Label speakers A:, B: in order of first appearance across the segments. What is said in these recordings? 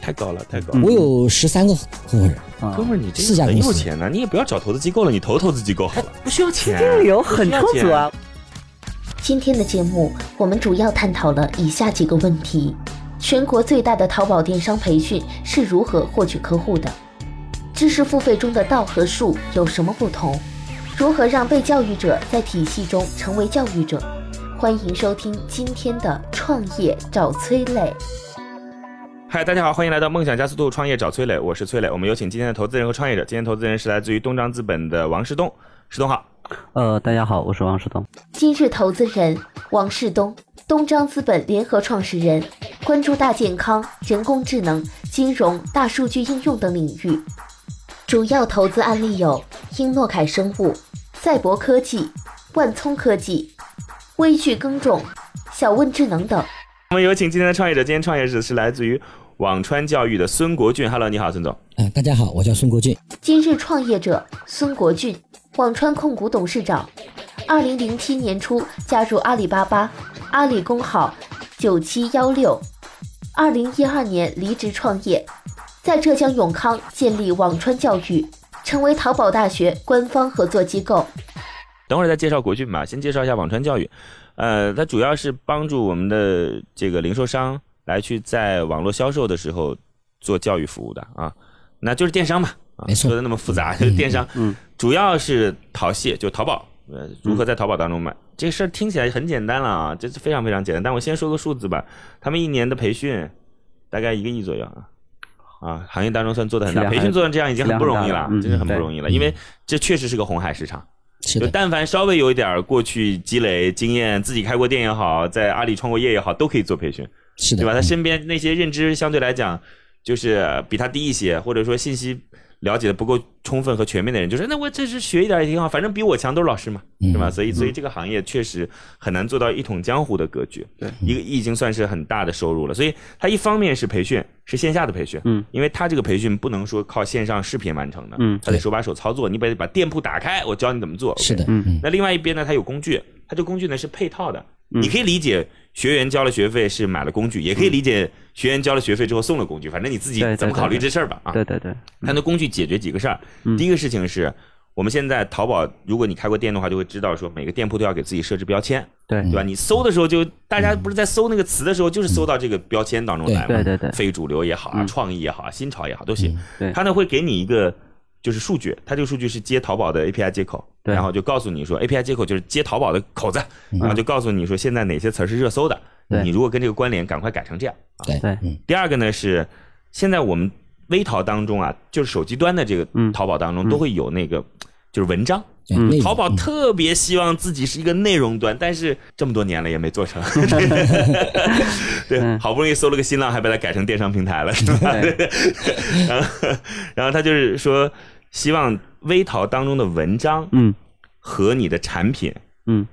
A: 太高了，太高
B: 我
A: 了。
B: 有十三个合伙人，
A: 哥们儿，你这
B: 嗯四家
A: 很
B: 公
A: 有
B: 司
A: 钱呢，你也不要找投资机构了，你投投资机构好了，不需要钱。
C: 金流很充
A: 不需要
C: 足
A: 钱
C: 啊。
D: 今天的节目，我们主要探讨了以下几个问题：全国最大的淘宝电商培训是如何获取客户的？知识付费中的道和术有什么不同？如何让被教育者在体系中成为教育者？欢迎收听今天的《创业找崔磊》。
A: 嗨，大家好，欢迎来到梦想加速度创业找崔磊，我是崔磊。我们有请今天的投资人和创业者。今天投资人是来自于东张资本的王石东，石东好。
E: 呃，大家好，我是王石东。
D: 今日投资人王世东，东张资本联合创始人，关注大健康、人工智能、金融、大数据应用等领域。主要投资案例有英诺凯生物、赛博科技、万聪科技、微聚耕种、小问智能等。
A: 我们有请今天的创业者，今天创业者是来自于网川教育的孙国俊。Hello，你好，孙总。
B: 嗯、大家好，我叫孙国俊，
D: 今日创业者孙国俊，网川控股董事长。二零零七年初加入阿里巴巴，阿里工号九七幺六。二零一二年离职创业，在浙江永康建立网川教育，成为淘宝大学官方合作机构。
A: 等会儿再介绍国俊吧，先介绍一下网川教育。呃，它主要是帮助我们的这个零售商来去在网络销售的时候做教育服务的啊，那就是电商嘛。啊
B: 没错
A: 说的那么复杂，就是电商，
E: 嗯
A: 主要是淘系，就淘宝，呃，如何在淘宝当中买、这个事儿听起来很简单了啊，这是非常非常简单。但我先说个数字吧，他们一年的培训大概一个亿左右啊。啊，行业当中算做的很大，
E: 质量
A: 培
E: 还
A: 训做成这样已经很不容易
E: 质
A: 了
E: 量，很大了嗯
A: 真是很不
E: 对
A: 容易了，因为这确实是个红海市场。
B: 是
A: 就
B: 的，
A: 但凡稍微有一点儿过去积累经验，自己开过店也好，在阿里创过业也好，都可以做培训，
B: 是的，
A: 对吧？他
B: 嗯
A: 身边那些认知相对来讲就是比他低一些，或者说信息了解的不够充分和全面的人，就是那我这是学一点儿也挺好，反正比我强都是老师嘛，
B: 嗯
A: 对吧？所以，所以这个行业确实很难做到一统江湖的格局，
E: 对
A: 一个已经算是很大的收入了。所以，它一方面是培训，是线下的培训，
E: 嗯，
A: 因为它这个培训不能说靠线上视频完成的，
E: 嗯
A: 它得手把手操作，你得把店铺打开，我教你怎么做，
B: 是的，
E: 嗯
B: 嗯，
A: 那另外一边呢，它有工具，它这工具呢是配套的，
E: 嗯
A: 你可以理解学员交了学费是买了工具，也可以理解学员交了学费之后送了工具，反正你自己
E: 对对
A: 怎么考虑
E: 对
A: 这事儿吧啊。
E: 对嗯对对，
A: 它的工具解决几个事儿，第一个事情是。我们现在淘宝，如果你开过店的话，就会知道说每个店铺都要给自己设置标签，
E: 对
A: 对吧？你搜的时候就，大家不是在搜那个词的时候，就是搜到这个标签当中来嘛。
E: 嗯对对对对
A: 非主流也好啊，
E: 嗯
A: 创意也好啊，新潮也好都行。
E: 对
A: 它呢会给你一个就是数据，它这个数据是接淘宝的 API 接口，
E: 对嗯
A: 然后就告诉你说 API 接口就是接淘宝的口子， 然后就告诉你说现在哪些词儿是热搜的，
E: 对
A: 你如果跟这个关联，赶快改成这样。啊。
B: 对，
E: 对
B: 嗯，
A: 第二个呢是现在我们微淘当中啊，就是手机端的这个
E: 嗯
A: 淘宝当中都会有那个就是文章。
B: 对
E: 嗯
B: 内容
A: 淘宝
B: 嗯
A: 特别希望自己是一个内容端，但是这么多年了也没做 成。对，
E: 嗯
A: 好不容易搜了个新浪，还把它改成电商平台了，是 吧？ 然后，然后他就是说，希望微淘当中的文章
E: 嗯
A: 和你的产品，
E: 嗯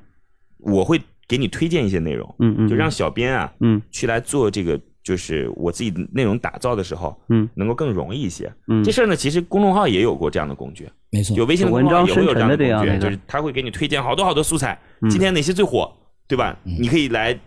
A: 我会给你推荐一些内容，
E: 嗯嗯，
A: 就让小编啊
E: 嗯
A: 去来做这个，就是我自己内容打造的时候，
E: 嗯
A: 能够更容易一些。
E: 嗯
A: 这事儿呢，其实公众号也有过这样的工具，
B: 没错
A: 就，嗯微信的公众号也会有这样的
E: 文
A: 工
E: 章生成的这
A: 具，
E: 样
A: 就
E: 的
A: 是他会给你推荐好多好多素材，
E: 嗯
A: 今天哪些最火，对吧？
B: 嗯
A: 你可以来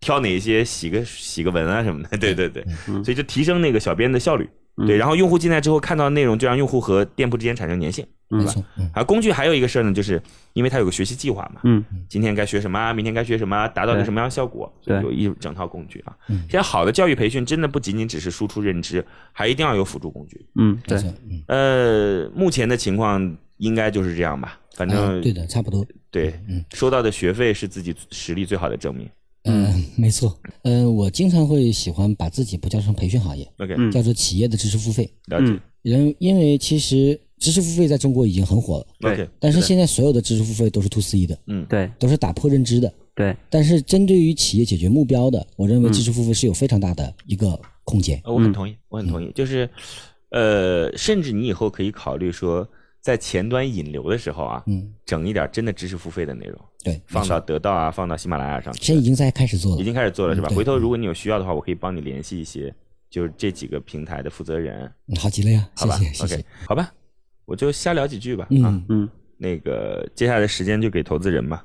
A: 挑哪些洗个洗个文啊什么的，对对对，
E: 嗯
A: 所以就提升那个小编的效率。对，然后用户进来之后看到的内容，就让用户和店铺之间产生粘性。
B: 没
E: 嗯
B: 错，嗯，
A: 啊，工具还有一个事儿呢，就是因为它有个学习计划嘛，
E: 嗯
A: 今天该学什么啊，明天该学什么啊，达到一个
E: 对
A: 什么样的效果，所
E: 对
A: 以有一整套工具啊。
B: 嗯
A: 现在好的教育培训真的不仅仅只是输出认知，还一定要有辅助工具。
E: 嗯对
B: 没错，嗯，
A: 呃，目前的情况应该就是这样吧，反正、
B: 啊对的，差不多，
A: 对
B: 嗯
A: 收到的学费是自己实力最好的证明。
B: 嗯， 没错，嗯，我经常会喜欢把自己不叫成培训行业，
A: OK，、
E: 嗯
B: 叫做企业的知识付费，
A: 了解
E: 嗯。
B: 人因为其实知识付费在中国已经很火了，
E: 对
A: OK，
B: 但是
A: 对
B: 现在所有的知识付费都是 to C 的，
A: 嗯
E: 对
B: 都是打破认知的，
E: 对
B: 但是针对于企业解决目标的，我
A: 嗯
B: 认为知识付费是有非常大的一个空间。嗯
A: 呃我很同意，我很同意，就是呃，甚至你以后可以考虑说，在前端引流的时候啊，
B: 嗯，
A: 整一点真的知识付费的内容，
B: 对，
A: 放到得到啊，放到喜马拉雅上去，
B: 现在已经在开始做了，
A: 已经开始做了是吧？
B: 嗯对
A: 回头如果你有需要的话，我可以帮你联系一些，就是这几个平台的负责人，
B: 嗯好极了呀，
A: 好
B: 谢
A: 吧
B: 谢谢谢
A: ？OK，，好吧，我就瞎聊几句吧。啊，
B: 嗯，
E: 嗯，
A: 那个接下来时间就给投资人吧。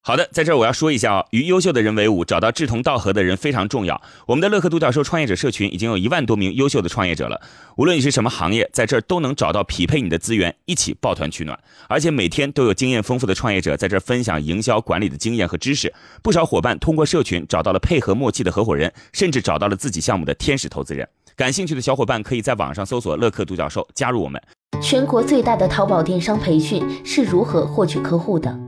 A: 好的，在这儿我要说一下啊，与优秀的人为伍，找到志同道合的人非常重要。我们的乐客独角兽创业者社群已经有一万多名优秀的创业者了，无论你是什么行业，在这儿都能找到匹配你的资源，一起抱团取暖。而且每天都有经验丰富的创业者在这儿分享营销管理的经验和知识。不少伙伴通过社群找到了配合默契的合伙人，甚至找到了自己项目的天使投资人。感兴趣的小伙伴可以在网上搜索“乐客独角兽”，加入我们。
D: 全国最大的淘宝电商培训是如何获取客户的？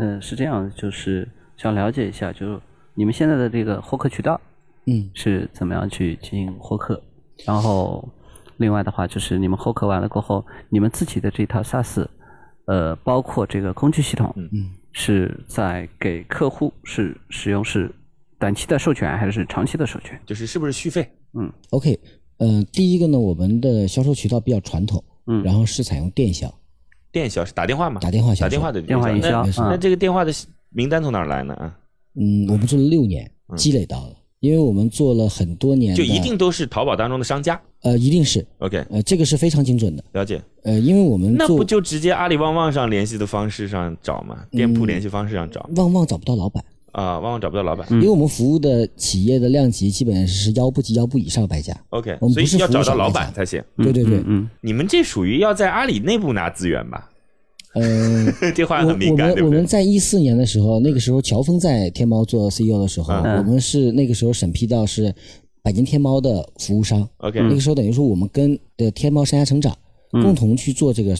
E: 嗯，是这样的，就是想了解一下，就是你们现在的这个获客渠道
B: 嗯
E: 是怎么样去进行获客，然后另外的话就是你们获客完了过后，你们自己的这套 SaaS，呃，包括这个工具系统，
B: 嗯，
E: 是在给客户是使用是短期的授权还是长期的授权？
A: 就是是不是续费？
B: OK，嗯、第一个呢，我们的销售渠道比较传统，
E: 嗯
B: 然后是采用电销，
A: 电销是打电话吗？
B: 打电话销售
A: 打电话的
E: 电话营销
A: 那
E: 嗯
A: 那这个电话的名单从哪儿来呢？啊，
B: 嗯，我们做了六年，积累到了，因为我们做了很多年的，
A: 嗯就一定都是淘宝当中的商家。
B: 呃，一定是
A: OK，
B: 呃，这个是非常精准的，
A: 了解。
B: 呃，因为我们
A: 那
B: 做嗯
A: 不就直接阿里旺旺上联系的方式上找吗？店铺联系方式上找
B: 旺旺找不到老板，
A: 啊，旺旺找不到老板。
B: 因为我们服务的企业的量级基本上是腰部及腰部以上的百家，
A: OK，
B: 我们
A: 所以
B: 不是
A: 要
B: 服务
A: 找到
B: 商
A: 老
B: 家
A: 板才行。
B: 对对对
E: 嗯，嗯，
A: 你们这属于要在阿里内部拿资源吧？
B: 呃，
A: 这话
B: 我
A: 很敏
B: 我
A: 感，
B: 们
A: 对
B: 我
A: 不
B: 们
A: 对？
B: 在一四年的时候，那个时候乔峰在天猫做 CEO 的时候，
A: 嗯
B: 我们是那个时候审批到是百年天猫的服务商。
A: OK
B: 那个时候等于说我们跟的天猫商家成长
A: 嗯
B: 共同去做这个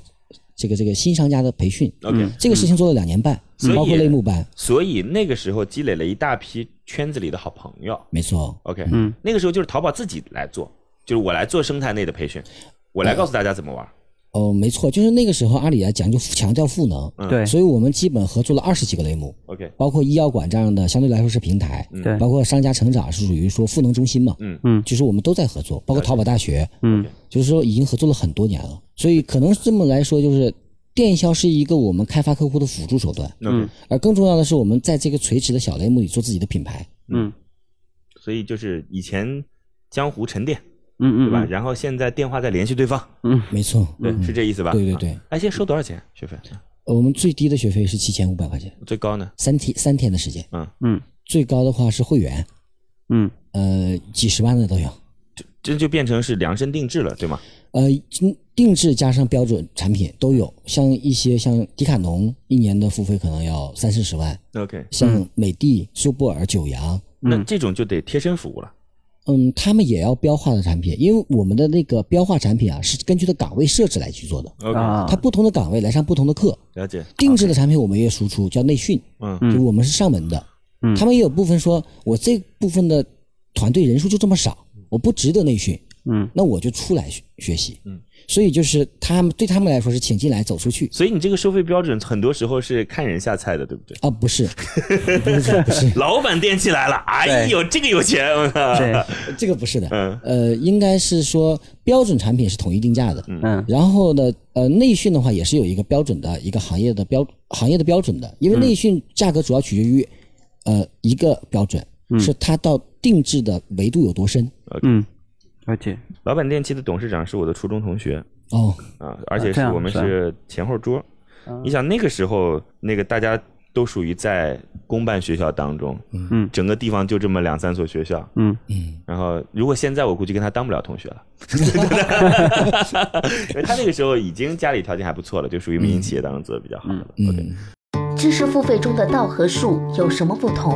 B: 这个这个新商家的培训。嗯
A: OK，嗯
B: 这个事情做了两年半
A: 所以，
B: 包括类目班，
A: 所以那个时候积累了一大批圈子里的好朋友。
B: 没错。
A: OK，那
B: 嗯
A: 个时候就是淘宝自己来做，就是我来做生态内的培训，我来告诉大家怎么玩。
B: 哦，没错，就是那个时候阿里来讲就强调赋能，
A: 嗯
E: 对
B: 所以我们基本合作了二十几个类目，
A: OK，
B: 包括医药馆这样的相对来说是平台，
E: 对
B: 包括商家成长是属于说赋能中心嘛，
A: 嗯
E: 嗯
B: 就是我们都在合作，包括淘宝大学，
E: 嗯，
B: 就是说已经合作了很多年了，所以可能这么来说，就是电销是一个我们开发客户的辅助手段，
A: 嗯，
B: 而更重要的是我们在这个垂直的小类目里做自己的品牌。
E: 嗯
A: 所以就是以前江湖沉淀，
E: 嗯
A: 对
E: 嗯，
A: 吧？
E: 嗯
A: 然后现在电话在联系对方，
B: 没错，
A: 嗯对，是这意思吧？
B: 嗯对对对
A: 啊。哎，现在收多少钱学费？
B: 呃我们最低的学费是七千五百块钱，
A: 最高呢？
B: 三天三天的时间，
A: 嗯
E: 嗯
B: 最高的话是会员，
E: 嗯
B: 呃，几十万的都有，
A: 这就变成是量身定制了，对吗？
B: 呃，定定制加上标准产品都有，像一些像迪卡侬一年的付费可能要三四十万，
A: OK，
B: 像美的、苏泊尔、九阳，
A: 那这种就得贴身服务了。
B: 嗯，他们也要标化的产品，因为我们的那个标化产品啊，是根据的岗位设置来去做的。
A: OK，
E: 啊
B: 它，不同的岗位来上不同的课，
A: 了解。
B: 定制的产品我们也输出，叫内训，
A: 啊嗯
B: 就我们是上门的。
E: 嗯
B: 他们也有部分说，我这部分的团队人数就这么少，我不值得内训，
E: 嗯
B: 那我就出来学学习。
A: 嗯，
B: 所以就是他们对他们来说是请进来走出去
A: 所以你这个收费标准很多时候是看人下菜的，对不对？
B: 啊，不是，不是，不是，
A: 老板店起来了，哎呦，这个有钱，我靠
E: 啊对，
B: 这个不是的。
A: 嗯
B: 呃，应该是说标准产品是统一定价的，
E: 嗯
B: 然后呢，呃，内训的话也是有一个标准的一个行业的标行业的标准的，因为内训价格主要取决于，呃，一个标准、是它到定制的维度有多深
E: 嗯，了解，
A: 老板电器的董事长是我的初中同学
B: 哦，
A: 啊，而且
E: 啊这
A: 是
E: 样
A: 我们
E: 是吧嗯
A: 是前后桌。你想那个时候，那个大家都属于在公办学校当中，
E: 嗯
A: 整个地方就这么两三所学校，
E: 嗯
B: 嗯，
A: 然后，如果现在我估计跟他当不了同学了，因为他那个时候已经家里条件还不错了，就属于民营企业当中做的比较好的了。OK，
B: 嗯，
D: 知识付费中的道和术有什么不同？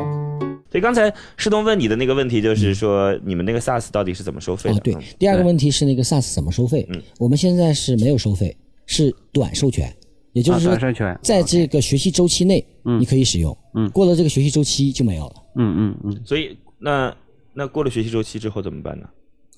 A: 所以刚才世东问你的那个问题就是说，你们那个 SaaS 到底是怎么收费的？
B: 哦对
A: 嗯，
B: 第二个问题是那个 SaaS 怎么收费？我们现在是没有收费，是短授权，也就是
E: 啊
B: 说
E: 短授权
B: 在这个学习周期内你可以使用，嗯，过了这个学习周期就没有了。
E: 嗯嗯嗯，
A: 所以那那过了学习周期之后怎么办呢？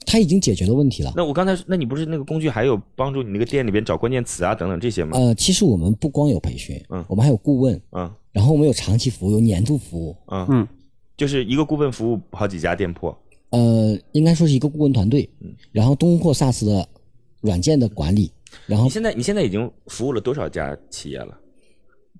B: 它已经解决了问题了。
A: 那我刚才，那你不是那个工具还有帮助你那个店里边找关键词啊等等这些吗？
B: 呃，其实我们不光有培训，
A: 嗯
B: 我们还有顾问，
A: 嗯
B: 然后我们有长期服务，有年度服务，
A: 嗯
E: 嗯，
A: 就是一个顾问服务好几家店铺。
B: 呃，应该说是一个顾问团队，
A: 嗯
B: 然后东货 SaaS 的软件的管理，然后
A: 你现在你现在已经服务了多少家企业了？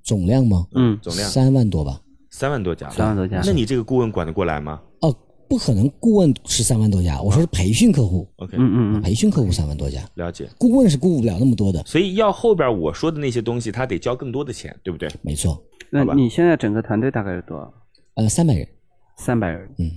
B: 总量吗？
E: 嗯，
A: 总量
B: 三万多吧？
A: 三万多家。
E: 三万多家
A: 那你这个顾问管得过来吗
B: 哦、不可能，顾问是三万多
A: 啊
B: 家，我说是培训客户，
A: ？OK，
E: 嗯嗯嗯，
B: 培训客户三万多家，
A: 哦了解。
B: 顾问是顾不了那么多的，
A: 所以要后边我说的那些东西，他得交更多的钱，对不对？
B: 没错，
A: 好吧
E: 那你现在整个团队大概有多少？
B: 呃，三百人，
E: 三百人。
B: 嗯，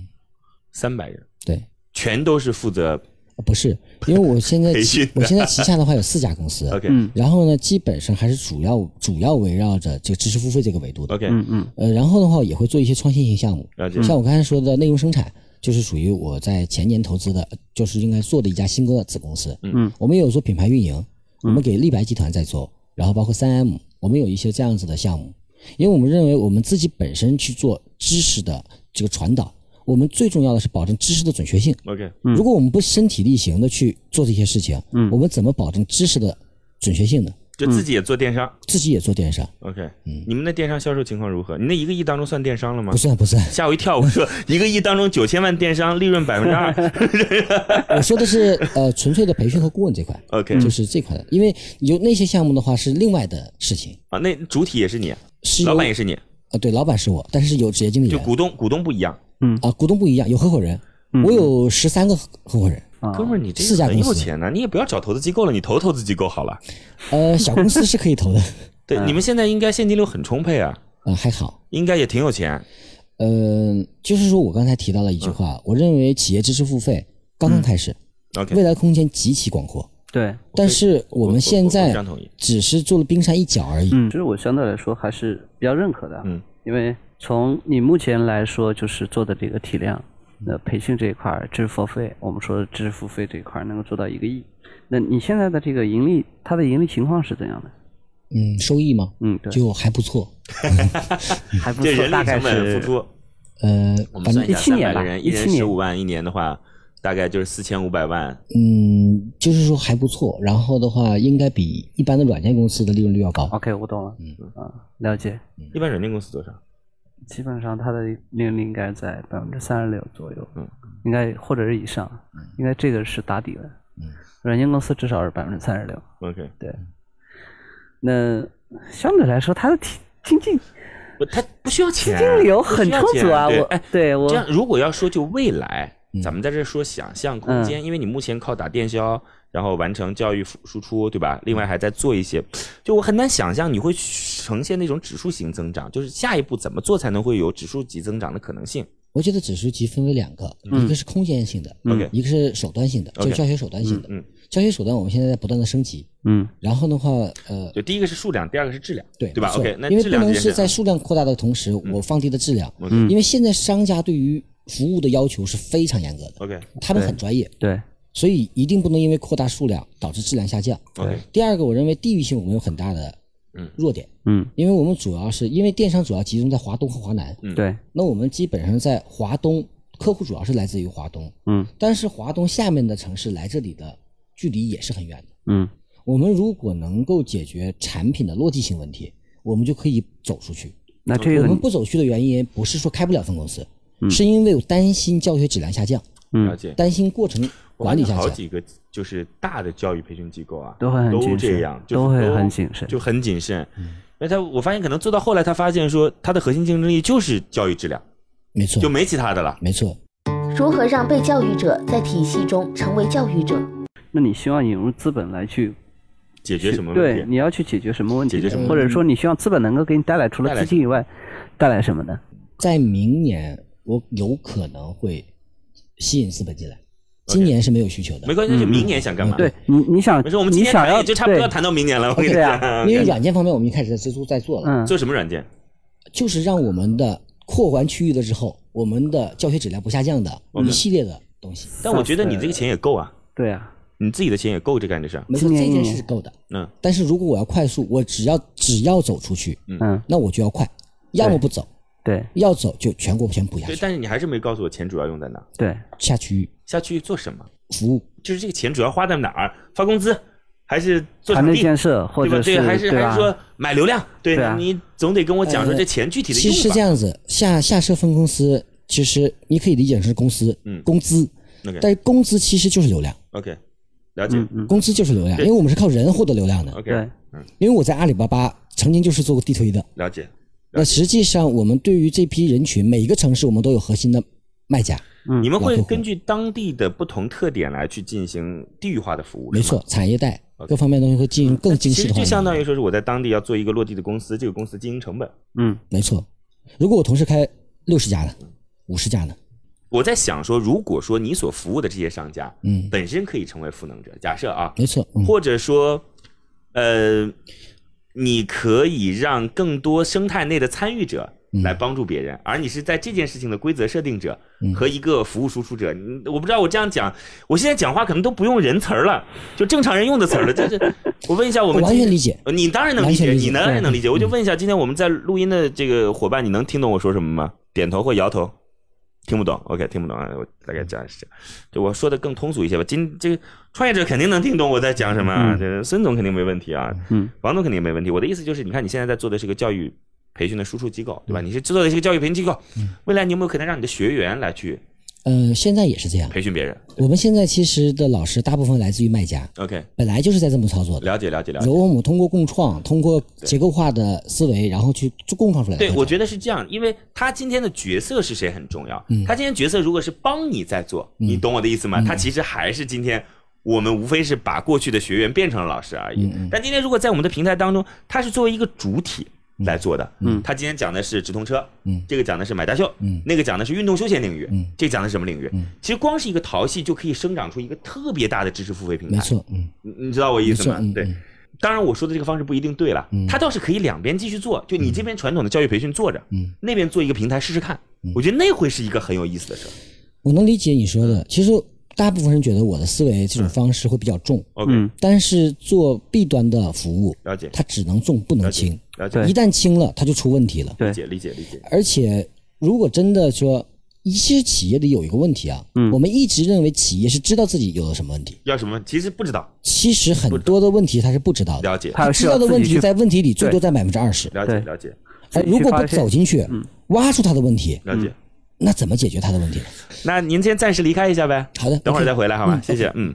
A: 三百人
B: 对，
A: 全都是负责
B: 呃不是，因为我现在
A: 培训的
B: 旗我现在旗下的话有四家公司
A: OK
E: 嗯
B: 然后呢，基本上还是主要主要围绕着这个知识付费这个维度的。
A: OK
E: 嗯嗯
B: 呃，然后的话也会做一些创新型项目，
A: 了解
B: 像我刚才说的内容生产，就是属于我在前年投资的，呃就是应该做的一家新的子公司。
E: 嗯，
B: 我们有做品牌运营，我们给立白集团在做，然后包括三 M，我们有一些这样子的项目，因为我们认为我们自己本身去做知识的这个传导，我们最重要的是保证知识的准确性。
E: 嗯
A: OK
B: 如果我们不身体力行的去做这些事情，嗯，我们怎么保证知识的准确性呢？
A: 就自己也做电商。
B: 自己也做电商，
A: OK，你们的电商销售情况如何？你那一个亿当中算电商了吗
B: 不？算不算，
A: 吓我一跳！我 说一个亿当中九千万电商利润百分之 二。
B: 我说的是呃纯粹的培训和顾问这块
A: OK
B: 就是这块的，因为有那些项目的话是另外的事情，
A: 啊，那主体也是你，
B: 是
A: 老板也
B: 是
A: 是你，
B: 呃对，老板是我，但是有职业经理
A: 就
B: 人
A: 股东股东不一
E: 哦
A: 样。
B: 啊，股东不一样，有合伙人，我有十三个合合伙人，
E: 啊
A: 哥们儿，你这
B: 四
A: 个
B: 家
A: 很
B: 公
A: 有
B: 司
A: 钱呢，你也不要找投资机构了，你投投资机构好了。
B: 呃小公司是可以投的，
E: 嗯
A: 对，你们现在应该现金流很充沛啊，
B: 呃还好，
A: 应该也挺有钱。
B: 呃就是说我刚才提到了一句话，我认为企业知识付费刚刚开始，
A: 嗯 OK，
B: 未来空间极其广阔，
E: 对，
B: 但是我们现
A: 我非
B: 在
A: 常同意
B: 只是做了冰山一角而已。
E: 嗯，其实我相对来说还是比较认可的，
A: 嗯，
E: 因为从你目前来说，就是做的这个体量，
A: 嗯
E: 那培训这一块儿，知识付费，我们说的知识付费这一块儿能够做到一个亿，那你现在的这个盈利，它的盈利情况是怎样的？
B: 嗯，收益嘛，
E: 嗯，对，
B: 就还不错。
E: 还不
A: 这
E: 错，
A: 人
E: 大
A: 力
E: 概
A: 成本
E: 是
A: 付出，
B: 呃，
A: 我们
B: 反正
A: 算一下，
E: 17
A: 三
E: 年
A: 百
E: 吧
A: 个人，一人
E: 17
A: 十
E: 年
A: 五万，一年的话，大概就是四千五百万。
B: 嗯，就是说还不错。然后的话，应该比一般的软件公司的利润率要高。
E: OK，我懂了，嗯啊，了解，
A: 一般软件公司多少？
E: 基本上它的利润率应该在百分之三十六左右，嗯，应该或者是以上，
A: 嗯
E: 应该这个是打底了，嗯，软件公司至少是百分之三十六，
A: OK，
E: 对，那相对来说，它的体经济
A: 不，他不需要
E: 资
A: 钱，
E: 金流
A: 不需
E: 很
A: 要
E: 充足啊。
A: 钱对
E: 我
A: 哎，
E: 对我嗯
A: 这样如果要说就未来，咱们在这说想象空间，因为你目前靠打电销，然后完成教育输输出，对吧？另外还在做一些，就我很难想象你会呈现那种指数型增长，就是下一步怎么做才能会有指数级增长的可能性？
B: 我觉得指数级分为两个，一个是空间性的
E: 嗯
A: OK
B: 一个是手段性的，就
A: 嗯 OK
B: 教学手段性的。
A: 嗯嗯
B: 教学手段我们现在在不断的升级。
E: 嗯
B: 然后的话，呃，
A: 就第一个是数量，第二个是质量，
B: 对
A: 对吧
B: 没错
A: ？OK，那
B: 因为
A: 质
B: 不
A: 量这啊嗯
B: 能
A: 件
B: 是
A: 事
B: 在数量扩大的同时，我放低的质量，
A: 嗯
B: 因为现在商家对于服务的要求是非常严格的，
A: ，OK
B: 他们很专业，
E: 对
B: 所以一定不能因为扩大数量导致质量下降。
A: OK，
B: 第二个，我认为地域性我们有很大的
A: 嗯
B: 弱点，
E: 嗯
B: 因为我们主要是因为电商主要集中在华东和华南，
A: 嗯
E: 对
B: 那我们基本上在华东客户主要是来自于华东，
E: 嗯
B: 但是华东下面的城市来这里的距离也是很远的。
E: 嗯
B: 我们如果能够解决产品的落地性问题，我们就可以走出去。
E: 那这
B: 我
E: 个
B: 们不走去的原因不是说开不了分公司，是因为我担心教学质量下降，
E: 嗯
A: 了解。
B: 担心过程
A: 我
B: 管理
A: 看
B: 下
A: 好
B: 降。
A: 几个就是大的教育培训机构啊，
E: 都会很谨
A: 这
E: 慎
A: 样，就是
E: 都会很谨慎
A: 就很谨慎。
B: 嗯
A: 那他我发现可能做到后来，他发现说他的核心竞争力就是教育质量，
B: 没错
A: 就，没其他的了。
B: 没错。
D: 如何让被教育者在体系中成为教育者？
E: 那你希望引入资本来去
A: 解决什么
E: 对
A: 问
E: 你
A: 题？
E: 要去解决什么问题
A: 解决什么
E: 或者说你希望资本能够给你带来除
A: 带
E: 了
A: 来
E: 资金以外带来什么呢？
B: 在明年我有可能会吸引资本进来，今年是没有需求的。
A: 没关系，那就明年想干
B: 嗯
A: 嘛？
E: 对，你你想
A: 没事，我们今
E: 你
A: 天
E: 想
A: 谈
E: 要
A: 也就差不多
E: 嗯对
A: 谈到明年了。我跟你
E: 对啊
A: 讲，
B: 因为软件方面，我们一开始在最初在做了，
E: 嗯
A: 做什么软件？
B: 就是让我们的扩完区域了之后，我们的教学质量不下降的
A: 嗯
B: 一系列的东西。
A: 但我觉得你这个钱也够啊，
E: 对啊，
A: 你自己的钱也够这干这事儿。
B: 没错，
E: 今
B: 这
E: 年一
B: 件
E: 年
B: 事是够的。
A: 嗯，
B: 但是如果我要快速，我只要只要走出去，
E: 嗯
B: 那我就要快，要么
E: 对
B: 不走，
E: 对
B: 要走就全国全补下
A: 对，
B: 去，
A: 但是你还是没告诉我钱主要用在哪。
E: 对
B: 下区域。
A: 下去做什么？
B: 服务。
A: 就是这个钱主要花在哪儿？发工资还是做
E: 团
A: 场
E: 队
A: 地
E: 建？设或
A: 对吧？
E: 者
A: 对，还是
E: 对
A: 还
E: 吧
A: 是？说买流量？对
E: 对啊
A: 你你总得跟我讲说
B: 呃
A: 这钱具体的
B: 其
A: 用
B: 实是
A: 法。
B: 这样子，下下设分公司，其实你可以理解成是公司，
A: 嗯
B: 工资，
A: OK
B: 但是工资其实就是流量，
A: OK，了解。
E: 嗯嗯，
B: 工资就是流量，因为我们是靠人获得流量的。
A: OK，
E: 对，
B: 因为我在阿里巴巴曾经就是做过地推的，
A: 了解。
B: 那实际上我们对于这批人群，每一个城市我们都有核心的卖家，
E: 嗯
A: 你们会
B: 老客户
A: 根据当地的不同特点来去进行地域化的服务，
B: 没
A: 是吗
B: 错，。产业带
A: OK
B: 各方面的东西会进行更精
A: 其
B: 细
A: 实
B: 的化。
A: 就相当于说是我在当地要做一个落地的公司，这个公司经营成本。
E: 嗯
B: 没错。如果我同时开六十家的，五十家的，
A: 我在想说，如果说你所服务的这些商家，
B: 嗯
A: 本身可以成为赋能者，假设啊，
B: 没错，嗯，
A: 或者说，呃，你可以让更多生态内的参与者
B: 嗯
A: 来帮助别人，而你是在这件事情的规则设定者
B: 嗯
A: 和一个服务输出者。你我不知道我这样讲，我现在讲话可能都不用人词儿了，就正常人用的词儿了。就是我问一下，我们
B: 我完全
A: 今
B: 理解
A: 呃你当然能理解，
B: 完全理解
A: 你当然能理解。我就
B: 嗯
A: 问一下，今天我们在录音的这个伙伴，你能听懂我说什么吗？点头或摇头。听不懂，OK，听不懂啊，我大概讲一下，就我说的更通俗一些吧。今这个创业者肯定能听懂我在讲什么啊，
E: 嗯
A: 这孙总肯定没问题啊，
E: 嗯，
A: 王总肯定没问题。我的意思就是，你看你现在在做的是一个教育培训的输出机构，
B: 嗯
A: 对吧？你是做的是一个教育培训机构，未来你有没有可能让你的学员来去
B: 呃，现在也是这样。
A: 培训别人
B: 我们现在其实的老师大部分来自于卖家，
A: ？OK，
B: 本来就是在这么操作的。
A: 了解了解了
B: 由
A: 解。
B: 我们通过共创，通过结构化的思维，然后去做共创出来的
A: 对，
B: 商家。
A: 我觉得是这样，因为他今天的角色是谁很重要。
B: 嗯
A: 他今天角色如果是帮你在做，你懂我的意思吗？他其实还是今天我们无非是把过去的学员变成了老师而
B: 嗯
A: 已。但今天如果在我们的平台当中，他是作为一个主体来做的。
E: 嗯
A: 他今天讲的是直通车，
B: 嗯
A: 这个讲的是买大秀，
B: 嗯
A: 那个讲的是运动休闲领域，
B: 嗯
A: 这个讲的是什么领域？其实光是一个淘系就可以生长出一个特别大的知识付费平台。
B: 没错，嗯，
A: 你你知道我意思吗
B: 没错嗯？
A: 对
B: 嗯，
A: 当然我说的这个方式不一定对了，他倒是可以两边继续做，就你这边传统的教育培训做着，
B: 嗯
A: 那边做一个平台试试看，我觉得那会是一个很有意思的事儿。
B: 我能理解你说的。其实大部分人觉得我的思维这种方式会比较重，
A: OK，
E: 嗯
B: 但是做 B 端的服务，
A: 了解，
B: 它只能重不能轻，
A: 了解，
E: 对
B: 一旦轻了它就出问题了。
A: 理
E: 对，
A: 解，理解，理解。
B: 而且如果真的说，其实企业里有一个问题啊，
E: 嗯
B: 我们一直认为企业是知道自己有了什么问题，
A: 要什么？其实不知道，
B: 其实很多的问题它是不知道的。
A: 了解，
E: 他
B: 知道的问题在问题里最多占百分之二十，
A: 了解，
E: 对
A: 了解，
B: 而如果不走进去，
A: 嗯
B: 挖出他的问题，
A: 了解。
B: 那怎么解决他的问题呢？
A: 那您先暂时离开一下呗。
B: 好的
A: 等会儿
B: OK
A: 再回来好吗？
B: 嗯
A: 谢谢，嗯。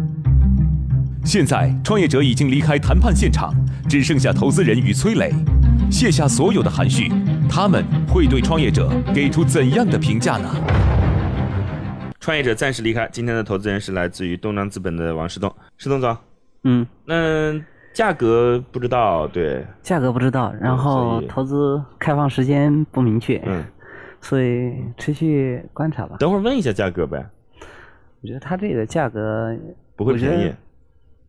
F: 现在，创业者已经离开谈判现场，只剩下投资人与崔磊。卸下所有的含蓄，他们会对创业者给出怎样的评价呢？
A: 创业者暂时离开。今天的投资人是来自于东张资本的王石东，石东总。
E: 嗯，
A: 那价格不知道，对，
E: 价格不知道，然
A: 所
E: 后
A: 以
E: 投资开放时间不明确，
A: 嗯，
E: 所以持续观察吧。
A: 等会儿问一下价格呗，
E: 我觉得它这个价格
A: 不会
E: 我觉得
A: 便宜。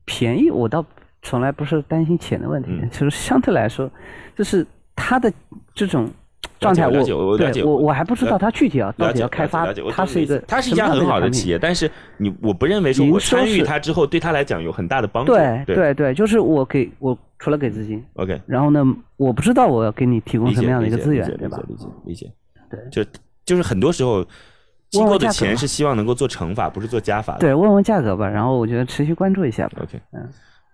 E: 便宜，我倒从来不是担心钱的问题，
A: 嗯
E: 就是相对来说，就是它的这种状
A: 我
E: 态，我
A: 了解我了解
E: 对我
A: 我
E: 我还不知道它具体啊到
A: 了
E: 底
A: 解，
E: 要开发
A: 了解，了解，
E: 它是一个
A: 它是一
E: 什
A: 家
E: 么样
A: 很好的
E: 产品
A: 企业，但是你我不认为说
E: 营
A: 我
E: 收
A: 参与
E: 是
A: 它之后对他来讲有很大的帮助。
E: 对
A: 对
E: 对对，就是我给我除了给资金，
A: o k
E: 然后呢，我不知道我要给你提供
A: 理解
E: 什么样的一个
A: 理解
E: 资
A: 理
E: 源
A: 解，
E: 对吧？
A: 理解理解，
E: 对
A: 就就是很多时候机
E: 问
A: 构
E: 问
A: 的
E: 价格
A: 钱
E: 吧
A: 是希望能够做乘法，不是做加法的。
E: 对，问问价格吧，然后我觉得持续关注一下吧。
A: OK，
E: 嗯，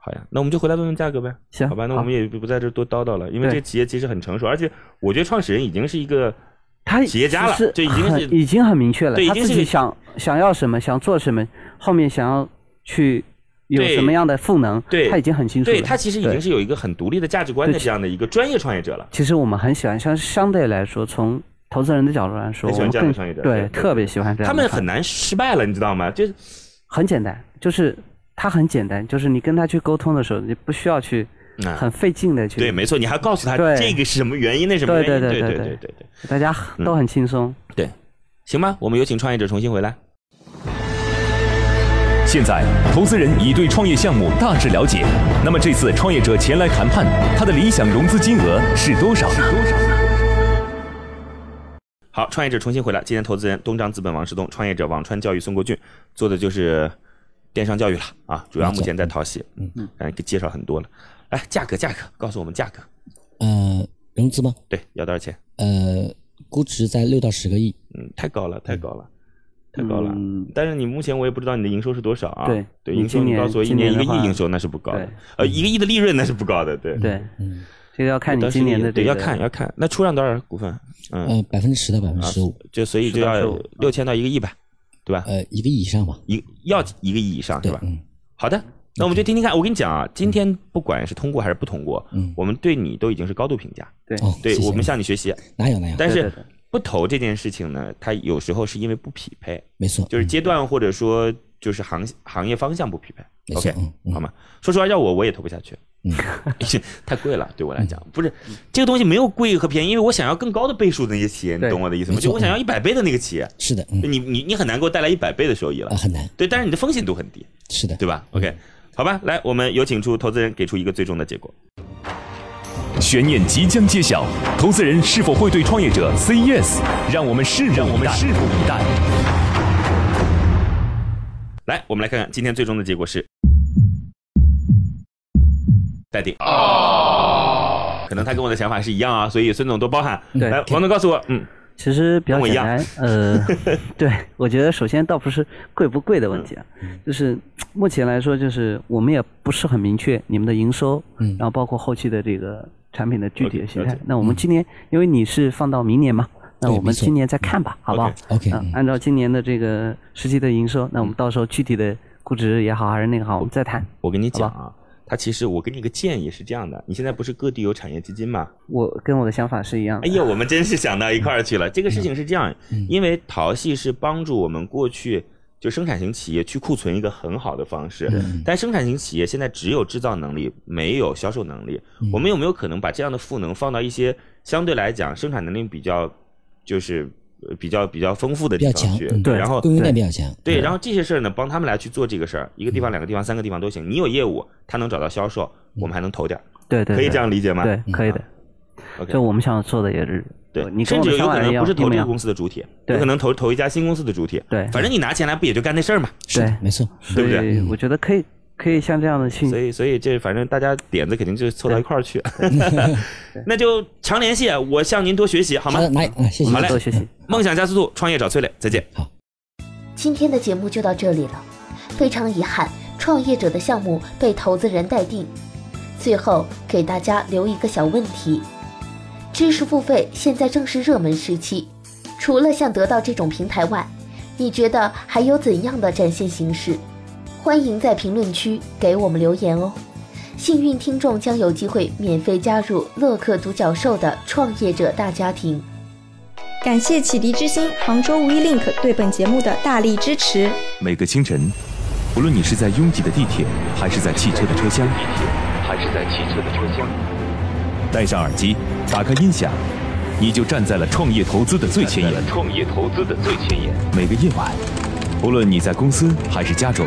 A: 好呀，那我们就回来问问价格呗。
E: 行
A: 好吧，那
E: 好
A: 我们也不在这儿多叨叨了，因为
E: 对
A: 这个企业其实很成熟，而且我觉得创始人已经是一个
E: 他
A: 企业家了
E: 是
A: 这已经
E: 很
A: 是
E: 已经很明确了，
A: 对已
E: 他
A: 经
E: 自
A: 是
E: 己想想要什么，想做什么，后面想要去有
A: 对
E: 什么样的赋能，
A: 对
E: 他已经很清楚了。
A: 对他其实已
E: 对
A: 经是有一个很独立的价值观的
E: 对
A: 这样的一个专业创业者了。
E: 其实我们很喜欢，相相对来说，从投资人的角度来
A: 很
E: 说，我
A: 喜欢
E: 们
A: 这样的
E: 更
A: 商业者对对
E: 对特别喜欢这
A: 他
E: 样的
A: 们
E: 商。
A: 很难失败了，你知道吗？就是
E: 很简单，就是他很简单，就是你跟他去沟通的时候，你不需要去
A: 嗯
E: 很费劲的去，
A: 对，没错，你还告诉他
E: 对
A: 这个是什么原因，那什么原因，
E: 对对
A: 对
E: 对
A: 对
E: 对
A: 对
E: 对
A: 对，嗯
E: 大家都很轻松。
A: 行吧，我们有请创业者重新回来。
F: 现在，投资人已对创业项目大致了解。那么这次创业者前来谈判，他的理想融资金额是多少？是多少？
A: 好，创业者重新回来，今天投资人东张资本王石东，创业者网川教育宋国俊，做的就是电商教育了啊，主要目前在淘系，嗯嗯，嗯，给介绍很多了。来，价格价格，告诉我们价格，
B: 呃，融资吗？
A: 对，要多少钱？
B: 呃，估值在六到十个亿，
A: 嗯，太高了，太高了，太高了。
E: 嗯
A: 但是你目前我也不知道你的营收是多少啊？
E: 对
A: 对，
E: 你
A: 营收
E: 今
A: 你
E: 年
A: 告诉我一
E: 今年
A: 一个
E: 的
A: 亿
E: 话
A: 营收那是不高的
E: 对，
A: 呃，一个亿的利润那是不高的，对。
E: 对，
B: 嗯，
E: 这个要看你今年的这
A: 对
E: 个
A: 要看要看，那出让多少股份？嗯，
B: 呃，百分之十到百分之十五，
A: 就所以就
E: 10到
A: 要
E: 15
A: 六千到一个亿吧，对吧？
B: 呃，一个亿以上吧。
A: 一要一个亿以啊上是
B: 对
A: 吧，？
B: 嗯
A: 好的，那我们就听听看。我跟你讲啊，今天不管是通过还是不通过，
B: 嗯，
A: 我们对你都已经是高度评价，
E: 对
B: 哦，
A: 对
B: 谢谢
A: 我们向你学习。
B: 哪有哪有，
A: 但
E: 对
A: 是
E: 对对
A: 不投这件事情呢，它有时候是因为不匹配，
B: 没错，嗯
A: 就是阶段或者说就是行行业方向不匹配。
B: 没错
A: OK，，
B: 嗯嗯
A: 好吗？说实话，要我我也投不下去，
B: 嗯
A: 太贵了，对我来讲，不是这个东西没有贵和便宜，因为我想要更高的倍数的那些企业，你
E: 对
A: 懂我的意思吗？
B: 没错
A: 就我想要一百倍的那个企业，
B: 是的，嗯，
A: 你你你很难给我带来一百倍的收益了
B: 啊，，很难，
A: 对，但是你的风险度很低，
B: 是的，
A: 对吧？OK，好
B: 嗯
A: 吧，来，我们有请出投资人给出一个最终的结果。
F: 悬念即将揭晓，投资人是否会对创业者 say yes？让我们拭目让我们拭目以待。
A: 来，我们来看看今天最终的结果是待定。可能他跟我的想法是一样啊，所以孙总多包涵。
E: 对
A: 来，王总告诉我，嗯，
E: 其实比较简单， 呃，对，我觉得首先倒不是贵不贵的问题啊，
B: 嗯
E: 就是目前来说，就是我们也不是很明确你们的营收，
B: 嗯嗯
E: 然后包括后期的这个产品的具体的形
A: 了
E: 态
A: 解。
E: 那我们今年，因为你是放到明年嘛，那
B: 对
E: 我
B: 没
E: 们
B: 错
E: 今年再看吧，好不好
A: OK
B: OK，
E: 嗯
B: 嗯，
E: 按照今年的这个实际的营收，那我们
A: 嗯
E: 到时候具体的估值也好，还是那个好，我们再谈。
A: 我跟你讲
E: 好
A: 啊，他其实我给你个建议是这样的，你现在不是各地有产业基金吗？
E: 我跟我的想法是一样的。
B: 嗯
A: 哎呀，我们真是想到一块儿去了。这个事情是这样，因为淘系是帮助我们过去就生产型企业去库存一个很好的方式，
B: 嗯
A: 但生产型企业现在只有制造能力，没有销售能力。
B: 嗯
A: 我们有没有可能把这样的赋能放到一些相对来讲生产能力比较就是呃比较比较丰富的
B: 比
A: 地
B: 较
A: 方
B: 强
A: 去？，
B: 嗯
E: 对
A: 然后
B: 供应链比较强，嗯
A: 对，然后这些事儿呢，帮他们来去做这个事儿，一个地
E: 嗯
A: 方、两个地方、三个地方都行。你有业务，他能找到销售，我们还能投点儿，
E: 对嗯对，
A: 可以
E: 对
A: 这样理解吗？
E: 对，可以的。
A: 嗯 OK
E: 就我们想做的也是，呃
A: 对，
E: 你跟
A: 甚
E: 我
A: 至
E: 的
A: 有
E: 想
A: 可
E: 法一
A: 能
E: 样，
A: 不是投
E: 一模
A: 这个
E: 一样
A: 公司的主体，
E: 对
A: 有可能投投一家新公司的主体。
E: 对
A: 反正你拿钱来不也就干那事儿嘛，
B: 是的
E: 对
B: 没错，
A: 对不对？
E: 对，我觉得可以，可以像这样的去
A: 所以所以这反正大家点子肯定就凑到一块儿去， 那就常联系，我向您多学习好吗
B: 好？的，来啊，谢谢，
A: 好嘞
E: 多学习。
A: 梦想加速度，创业找崔磊，再见。
D: 今天的节目就到这里了。非常遗憾，创业者的项目被投资人待定。最后给大家留一个小问题：知识付费现在正是热门时期，除了像得到这种平台外，你觉得还有怎样的展现形式？欢迎在评论区给我们留言哦。幸运听众将有机会免费加入乐客独角兽的创业者大家庭。
C: 感谢启迪之星、杭州无一 link 对本节目的大力支持。
F: 每个清晨，不论你是在拥挤的地铁，还是在汽车的车厢，还是在汽车的车厢，戴上耳机，打开音响，你就站在了创业投资的最前沿。创业投资的最前沿。每个夜晚，不论你在公司还是家中，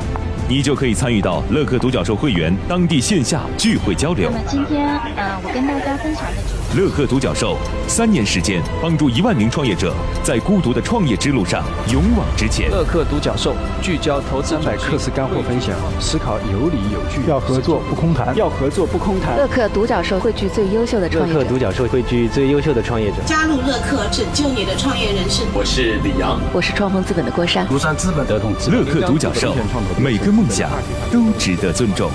F: 你就可以参与到乐客独角兽会员当地线下聚会交流
G: 那。么今天，呃，我跟大家分享的主题
F: 乐客独角兽三年时间，帮助一万名创业者在孤独的创业之路上勇往直前。
H: 乐课独角兽聚焦投资百课时干货分享，思考有理有据，要合作不空谈，要合作不空谈。
I: 乐客独角兽汇聚最优秀的创业者。
H: 角兽汇聚最优秀的创业者。
J: 加入乐客，拯救你的创业人生。
K: 我是李阳，
I: 我是创丰资本的郭珊。
H: 庐山资本德统
F: 乐客独角兽，每个梦想都值得尊重。